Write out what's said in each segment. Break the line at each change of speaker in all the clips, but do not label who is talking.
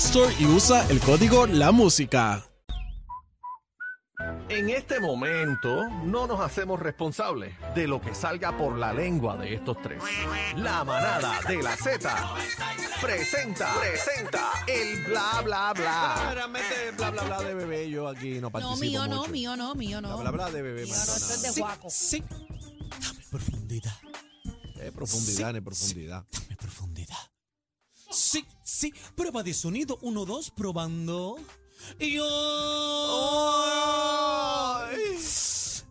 Store y usa el código La Música.
En este momento no nos hacemos responsables de lo que salga por la lengua de estos tres. La manada de la Z presenta, presenta el bla bla bla.
Realmente, bla, bla, bla de bebé, yo aquí no
No,
participo
mío no,
mucho.
mío no, mío no.
Bla, bla, bla de bebé,
Mío
más
no, esto
nada.
es de guaco.
Sí, dame profundidad,
Eh, profundidad, ni profundidad.
dame profundidad. Sí, sí, prueba de sonido, uno, dos, probando. Y yo...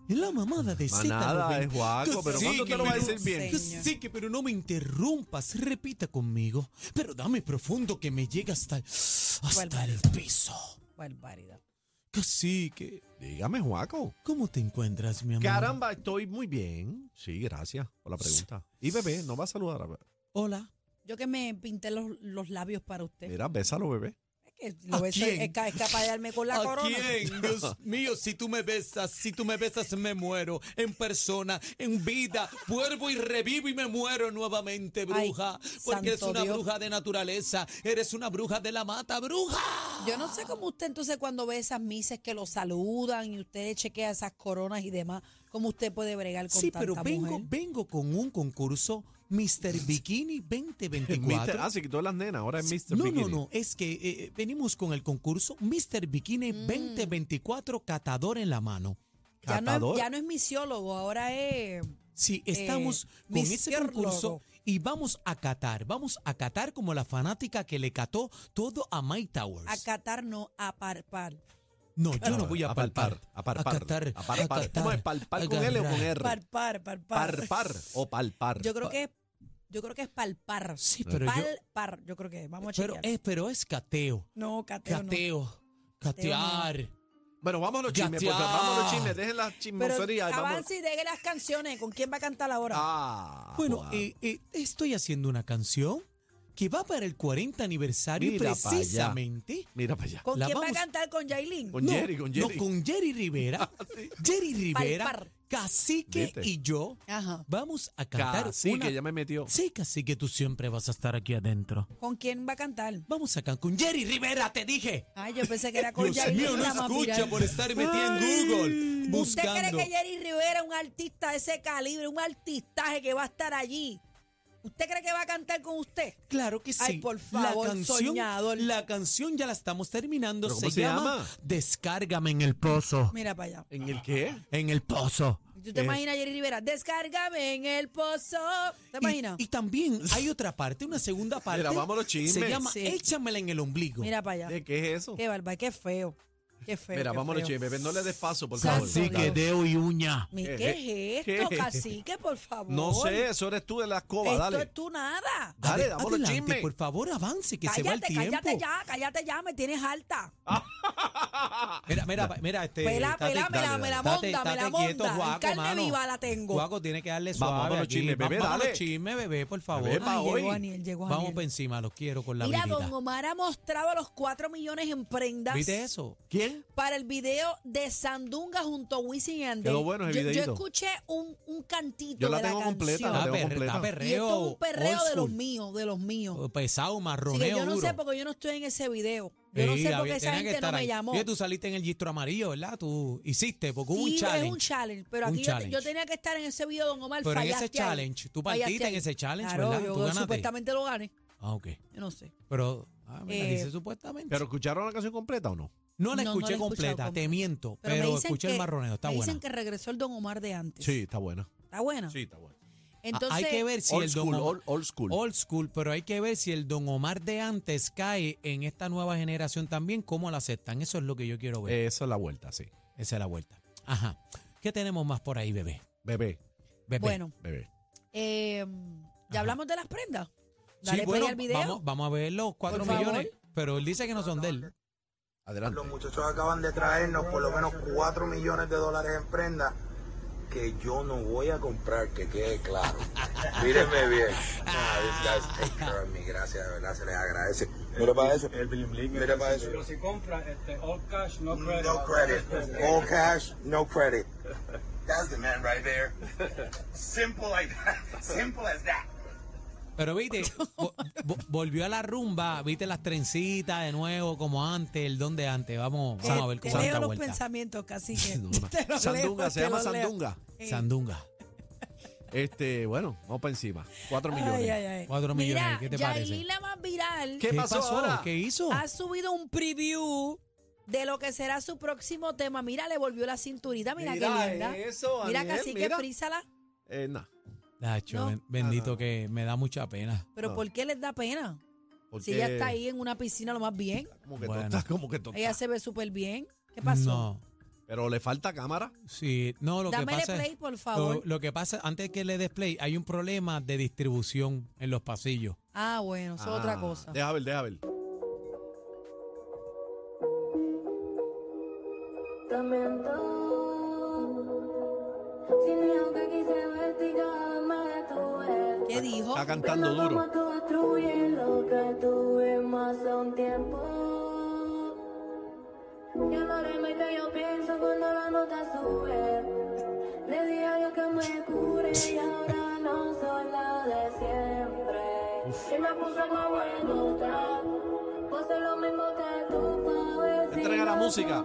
La mamada de
Más
Z.
nada, es guaco, pero
Sí,
¿cuándo te
que
lo va a
me-
decir bien?
Señor.
Sí, que pero no me interrumpas, repita conmigo. Pero dame profundo que me llega hasta el, hasta el
Barbaridad.
piso.
Barbaridad.
Casi que...
Dígame, Juaco.
¿Cómo te encuentras, mi amor?
Caramba, estoy muy bien. Sí, gracias por la pregunta. Y bebé, no va a saludar. a-
Hola.
Yo que me pinté los, los labios para usted.
Mira, bésalo, bebé.
Es que
¿A
lo beso
quién?
es, ca- es capaz de darme con la
¿A
corona.
quién? Dios mío, si tú me besas, si tú me besas, me muero. En persona, en vida, vuelvo y revivo y me muero nuevamente, bruja. porque eres
santo
una
Dios.
bruja de naturaleza, eres una bruja de la mata, bruja.
Yo no sé cómo usted entonces cuando ve esas mises que lo saludan y usted chequea esas coronas y demás, cómo usted puede bregar con
Sí,
tanta
pero vengo,
mujer.
vengo con un concurso, Mr. Bikini
Mister,
2024.
ah, sí, que todas las nenas, ahora es Mr.
No,
Bikini.
no, no, es que eh, venimos con el concurso Mr. Bikini
Mm.
2024 catador en la mano.
Ya no,
Catador.
es, ya no es misiólogo, ahora es... Eh,
Sí, estamos con ese
Mr.
concurso
Logo.
y vamos a catar, vamos a catar como la fanática que le cató todo a My Towers.
A catar, no, a parpar.
no, yo no voy a palpar,
A palpar.
a catar,
A palpar.
catar,
¿Cómo es palpar con L o con
agarrar.
R?
Parpar, parpar.
Parpar o palpar.
Yo creo que es, yo creo que es palpar.
Sí, pero yo-
palpar, yo, creo que es. Vamos a
Pero
chequear.
es, pero es cateo,
no, cateo, no.
cateo,
Cateo no.
catear.
Bueno, vamos a los chismes, por
Gatea.
favor, vamos a los chismes, dejen las
Pero
chismoserías. y Vamos.
avance y deje las canciones. ¿Con quién va a cantar ahora?
Ah,
Bueno,
Juaco.
eh, eh, estoy haciendo una canción que va para el 40 aniversario y
Mira pa' allá.
precisamente...
Mira para allá.
¿Con
la
quién va
vamos-
a cantar? ¿Con Yailin?
Con Jerry, con Jerry. Ah,
No, con Jerry Rivera. Jerry Rivera,
Palpar.
Cacique
Viste.
y yo
Ajá.
vamos a cantar
Casi
una...
que ya me metió.
Sí, casi que tú siempre vas a estar aquí adentro.
¿Con quién va a cantar?
Vamos a Cancún. Jerry Rivera, te dije.
Ay, yo pensé que era con Yailin. la más viral.
estar metida en Google
¿Usted cree que Jerry Rivera es un artista de ese calibre, un artistaje que va a estar allí? ¿Usted cree que va a cantar con usted?
Claro que sí.
Ay, por favor,
la canción,
soñador.
La canción ya la estamos terminando.
¿Pero cómo se llama?
Descárgame en el pozo.
Mira para allá.
¿En el qué?
En el pozo.
¿Tú te imaginas, Jerry Rivera? Descárgame en el pozo. ¿Te
Y-
imaginas?
Y, también hay otra parte, una segunda parte.
Mira, vamos a los
Se
chismes.
llama
Sí.
Échamela en el ombligo.
Mira para allá.
¿De qué es eso?
Qué barba, qué feo. Qué feo.
Mira,
qué
vamos a los
feo.
chismes. Bebé, no le des paso, por
Santo
favor.
Así que Dios.
deo y uña.
Mi,
¿Qué-
¿Qué es
Eh, qué-
esto,
qué?
cacique? Por favor.
No sé, eso eres tú de la escoba,
Esto
dale.
es tu nada.
Dale,
Ade-
vamos a los
adelante,
chismes.
Por favor, avance, que se va el
cállate,
tiempo.
cállate ya, cállate ya, me tienes alta.
Mira, mira, mira, este.
Pela,
tate,
pela, me la-
dale,
me la
dale,
monda, me la
quieto,
monda. En
Guaco,
carne
mano.
viva la tengo.
Guaco tiene que darle suave.
Vamos, vamos a los
aquí.
chismes, bebé,
Vamos a los
dale.
chismes, bebé, por favor.
Bebé, pa'
Ay,
hoy.
llegó Aniel, llegó Aniel.
Vamos para encima, los quiero con la
Mira,
virita.
don Omar ha mostrado los 4 millones en prendas
¿Viste eso?
¿Quién?
para el video de Sandunga junto a Wisin y Yandel.
Quedó bueno ese
yo, yo
videíto.
escuché un, un cantito
Yo la
de
tengo
la
completa,
canción.
la
Está
tengo
perre-
completa.
está
y esto es
perreo.
un perreo
old
de los
school.
míos, de los míos.
Pesado,
Así
marroneo.
que yo no
duro.
sé porque yo no estoy en ese video. Yo no
Sí,
sé por
había-
qué esa
tenían que
gente no
estar
me
ahí.
llamó.
Oye, tú saliste en el gistro amarillo, ¿verdad? Tú hiciste, porque hubo
Sí,
un challenge.
es un challenge, pero
Un
aquí yo te-
challenge.
Yo, tenía que estar en ese video, don Omar.
Pero en ese
fallaste ahí.
challenge, tú partiste
Fallaste
en
ahí.
ese challenge,
Claro,
¿verdad?
yo
Tú ganaste.
supuestamente lo gané.
Ah, ok.
Yo no sé.
Pero, ah, mira,
Eh,
dice supuestamente.
¿Pero escucharon la canción completa o no?
No,
no la
no la
escuché
he escuchado
completa, te
completa.
miento,
Pero,
pero,
me dicen
escuché
que,
el marroneo, está
me
buena.
dicen que regresó el don Omar de antes.
Sí, está buena.
¿Está buena?
Sí, está buena.
Ah,
Entonces,
hay que ver si
Old
el don
school,
Omar,
old, old school.
old school, pero hay que ver si el don Omar de antes cae en esta nueva generación también, cómo la aceptan. Eso es lo que yo quiero ver.
Eh, esa es la vuelta, sí.
Esa es la vuelta. Ajá. ¿Qué tenemos más por ahí, bebé?
Bebé,
Bebé.
bueno,
bebé.
eh, ya
Ajá.
hablamos de las prendas.
Sí,
Dale play
bueno,
al video.
Vamos, vamos a ver los cuatro
Por
millones.
favor.
pero él dice que no son de él.
Adelante.
Los muchachos acaban de traernos por lo menos 4 millones de dólares en prenda que yo no voy a comprar, que quede claro. Mírenme bien. Nah, these guys take care of me. Gracias, de verdad, se les agradece. Mira para eso. Mira para eso.
Pero si compra este all cash, no credit.
Mm, No credit. All cash, no credit. That's the man right there. Simple like that. Simple as that.
Pero viste, vo- vo- volvió a la rumba, viste las trencitas de nuevo, como antes, el don de antes. Vamos, vamos a ver
te
cómo es
leo
la
los
vuelta.
pensamientos, cacique.
No,
Te
no.
los
Sandunga,
leo,
se
te
llama
los leo.
Sandunga.
Eh,
Sandunga,
Este, bueno, vamos para encima. Cuatro
ay,
millones.
ay, ay.
Cuatro millones,
Mira,
¿qué te
Yailin
parece?
la más viral
¿Qué pasó ahora?
¿Qué hizo?
ha subido un preview de lo que será su próximo tema. Mira, le volvió la cinturita, mira,
Mira
qué linda.
eso,
mira,
Aniel,
cacique,
mira.
frízala.
Eh, nah,
Nacho,
No.
ben- bendito que me da mucha pena.
Pero
No.
¿por qué les da pena? Si
porque
ella está ahí en una piscina lo más bien,
Como que
Bueno.
tonta, como que tonta.
ella se ve súper bien. ¿Qué pasó?
No,
Pero le falta cámara.
sí, no, lo que
Dámele
pasa es-
play, por favor.
lo, lo que pasa, antes que le des play, hay un problema de distribución en los pasillos.
Ah, bueno, eso es otra
Ah,
cosa.
Deja ver, deja ver.
¿Qué dijo?
Está cantando duro. Entrega la música.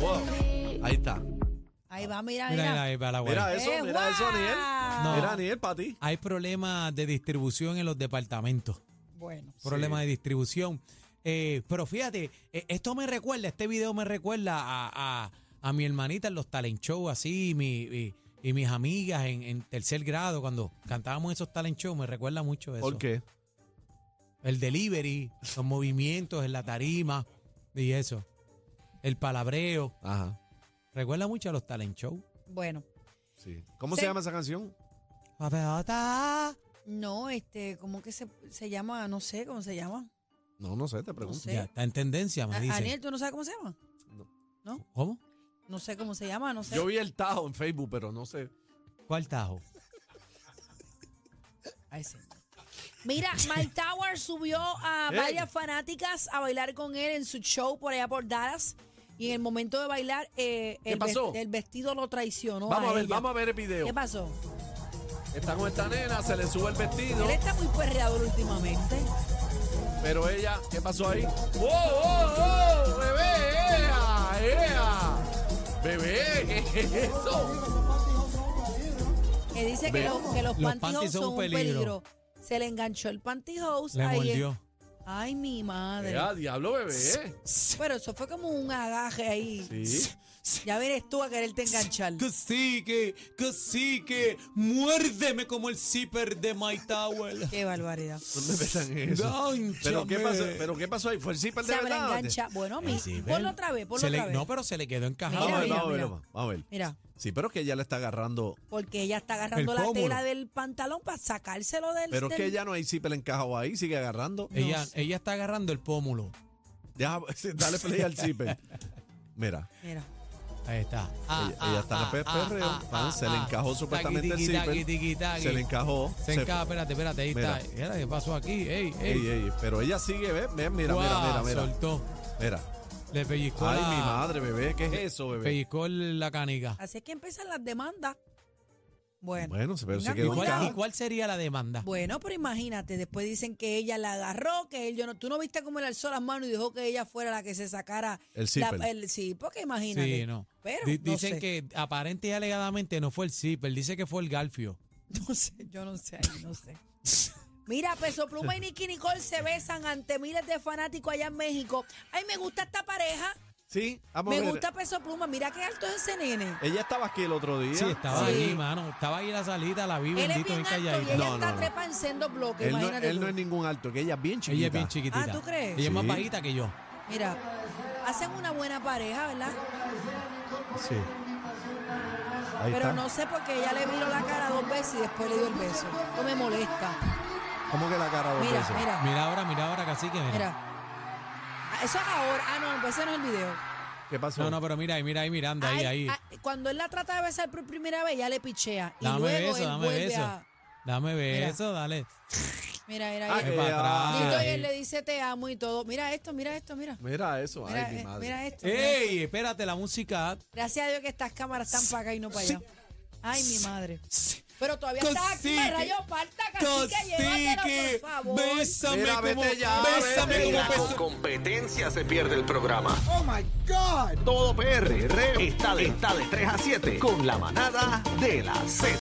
Wow. Ahí está.
Ahí va, mira,
Mira,
mira.
mira, ahí va la guardia.
Mira eso,
Eh,
mira eso, Aniel.
guau.
Mira, Aniel, para ti.
Hay problemas de distribución en los departamentos.
Bueno.
problemas de distribución. Eh, pero fíjate, eh, esto me recuerda, este video me recuerda a, a- a mi hermanita en los talent shows así, mi, y, y mis amigas en, en tercer grado, cuando cantábamos esos talent shows, me recuerda mucho eso.
¿Por qué?
El delivery, los movimientos en la tarima y eso. El palabreo,
Ajá.
recuerda mucho a los talent shows.
Bueno.
Sí. ¿Cómo
Sí.
se llama esa canción?
La pelota.
Ah, No, este, ¿cómo que se, se llama? No sé cómo se llama.
No, no sé, te pregunto.
Sí.
Ya está en tendencia, me
A-
dice.
Aniel, ¿tú no sabes cómo se llama?
¿Cómo?
No sé cómo se llama, no sé.
Yo vi el Tajo en Facebook, pero no sé.
¿Cuál tajo?
Ay, señor. Mira, Mike Tower subió a
Ey.
varias fanáticas a bailar con él en su show por allá por Dallas. Y en el momento de bailar, eh,
¿Qué
el, ves-
pasó?
el vestido lo traicionó.
vamos a ver,
ella.
vamos a ver el video.
¿Qué pasó?
Está con esta nena, se le sube el vestido,
Él está muy perreador últimamente.
pero ella, ¿qué pasó ahí? ¡Oh, oh, oh! ¡Bebé! ¡Ea! ¡Ea! ¡Bebé! ¿Qué es eso?
Que dice que,
Ve.
lo- que los,
Los
pantyhose son un peligro. Se le enganchó el pantyhose.
Le
ahí en-
mordió.
Ay, mi madre.
¡Ea, diablo, bebé!
Pero eso fue como un agaje ahí.
Sí.
Ya vienes tú a quererte enganchar.
Cacique, cacique, muérdeme como el zipper de My Tower.
Qué barbaridad.
¿Dónde pesan eso? ¿Pero qué,
Gánchame.
pasó, ¿Pero qué pasó ahí? ¿Fue el zipper de
Se habrá
verdad?
enganchado. Bueno, mi,
Eh, Sí,
ponlo
ven.
otra vez, ponlo
Se le-
otra vez.
No, pero se le quedó encajado.
Vamos a ver,
Mira,
vamos a ver,
mira, Este
vamos a ver.
Mira,
Sí, pero es que ella le está agarrando.
porque ella está agarrando
El
la
pómulo.
tela del pantalón para sacárselo del...
Pero es que
del-
ya no hay zipper encajado ahí, sigue agarrando.
ella,
No sé.
ella está agarrando el pómulo.
Deja, dale play al zipper. Mira,
Mira.
Ahí está. Ah,
ella, ella está en perreo. pan, se le encajó supuestamente el zipper. Se le encajó.
Se encaja, espérate, espérate, ahí
Mira.
está. Mira, ¿qué pasó aquí? Ey,
Ey,
ey.
ey, pero ella sigue, ve, ve, mira, mira, mira,
Guau,
mira,
Soltó.
mira.
Le pellizcó,
Ay,
la,
mi madre, bebé, ¿qué es eso, bebé?
pellizcó la canica.
Así es que empiezan las demandas. Bueno.
Bueno, pero se
Venga,
¿Y
quedó
mira.
cuál, y
encajado.
cuál sería la demanda?
Bueno, pero imagínate, después dicen que ella la agarró, que él, yo no, tú no viste cómo él alzó las manos y dejó que ella fuera la que se sacara
El
la-
zipper.
el- sí, porque imagínate.
Sí, no.
Pero
Di-
no
dicen
sé.
que aparente y alegadamente no fue el zipper, dice que fue el Garfio.
No sé, yo no sé, ahí no sé. Mira, Peso Pluma y Nicky Nicole se besan ante miles de fanáticos allá en México. Ay, me gusta esta pareja.
Sí, vamos a
Me
ver.
gusta Peso Pluma. Mira qué alto es ese nene.
Ella estaba aquí el otro día.
Sí, estaba
Sí.
allí, mano. Estaba ahí la salida, la vi,
Él es
bendito,
bien
bien
alto y ella
calladita.
No,
está
no, no.
trepa en sendos bloques.
Él no,
imagínate
él
tú.
no es ningún alto, que ella es bien chiquita.
Ella es bien chiquitita.
Ah, ¿tú crees?
Ella es más
Sí.
bajita que yo.
Mira, hacen una buena pareja, ¿verdad?
Sí. Ahí
Pero
está.
no sé por qué ella le miró la cara dos veces y después le dio el beso. No me molesta.
¿Cómo que la cara dos
Mira,
veces?
mira,
Mira ahora, mira ahora, cacique, mira.
mira. Ah, Eso es ahora. Ah, no, pues ese no es el video.
¿Qué pasó?
No, no, pero mira ahí, mira ahí, Miranda, ahí,
Ay,
ahí.
ay, cuando él la trata de besar por primera vez, ya le pichea. Y
Dame
luego
beso,
él
dame
vuelve
beso.
a.
Dame beso, dale.
Mira, mira,
Ah,
Dame
ahí.
eh,
para
ah,
atrás.
Tito y
ahí.
él le dice te amo y todo. Mira esto, mira esto, mira.
Mira eso.
Mira,
Ay, mi
eh,
madre.
mira esto. mira esto.
¡Ey! Espérate, la música.
Gracias a Dios que estas cámaras están para acá y no para allá. Ay, mi madre. Pero todavía está aquí,
Cacique.
me rayo falta, cacique, llévatelo, por favor.
Bésame
Mira,
como.
vete ya,
bésame
vete
como
Mira, con
beso.
competencia se pierde el programa. Oh E my God. Todo PR está de, está de 3 a 7 con la manada de la Z.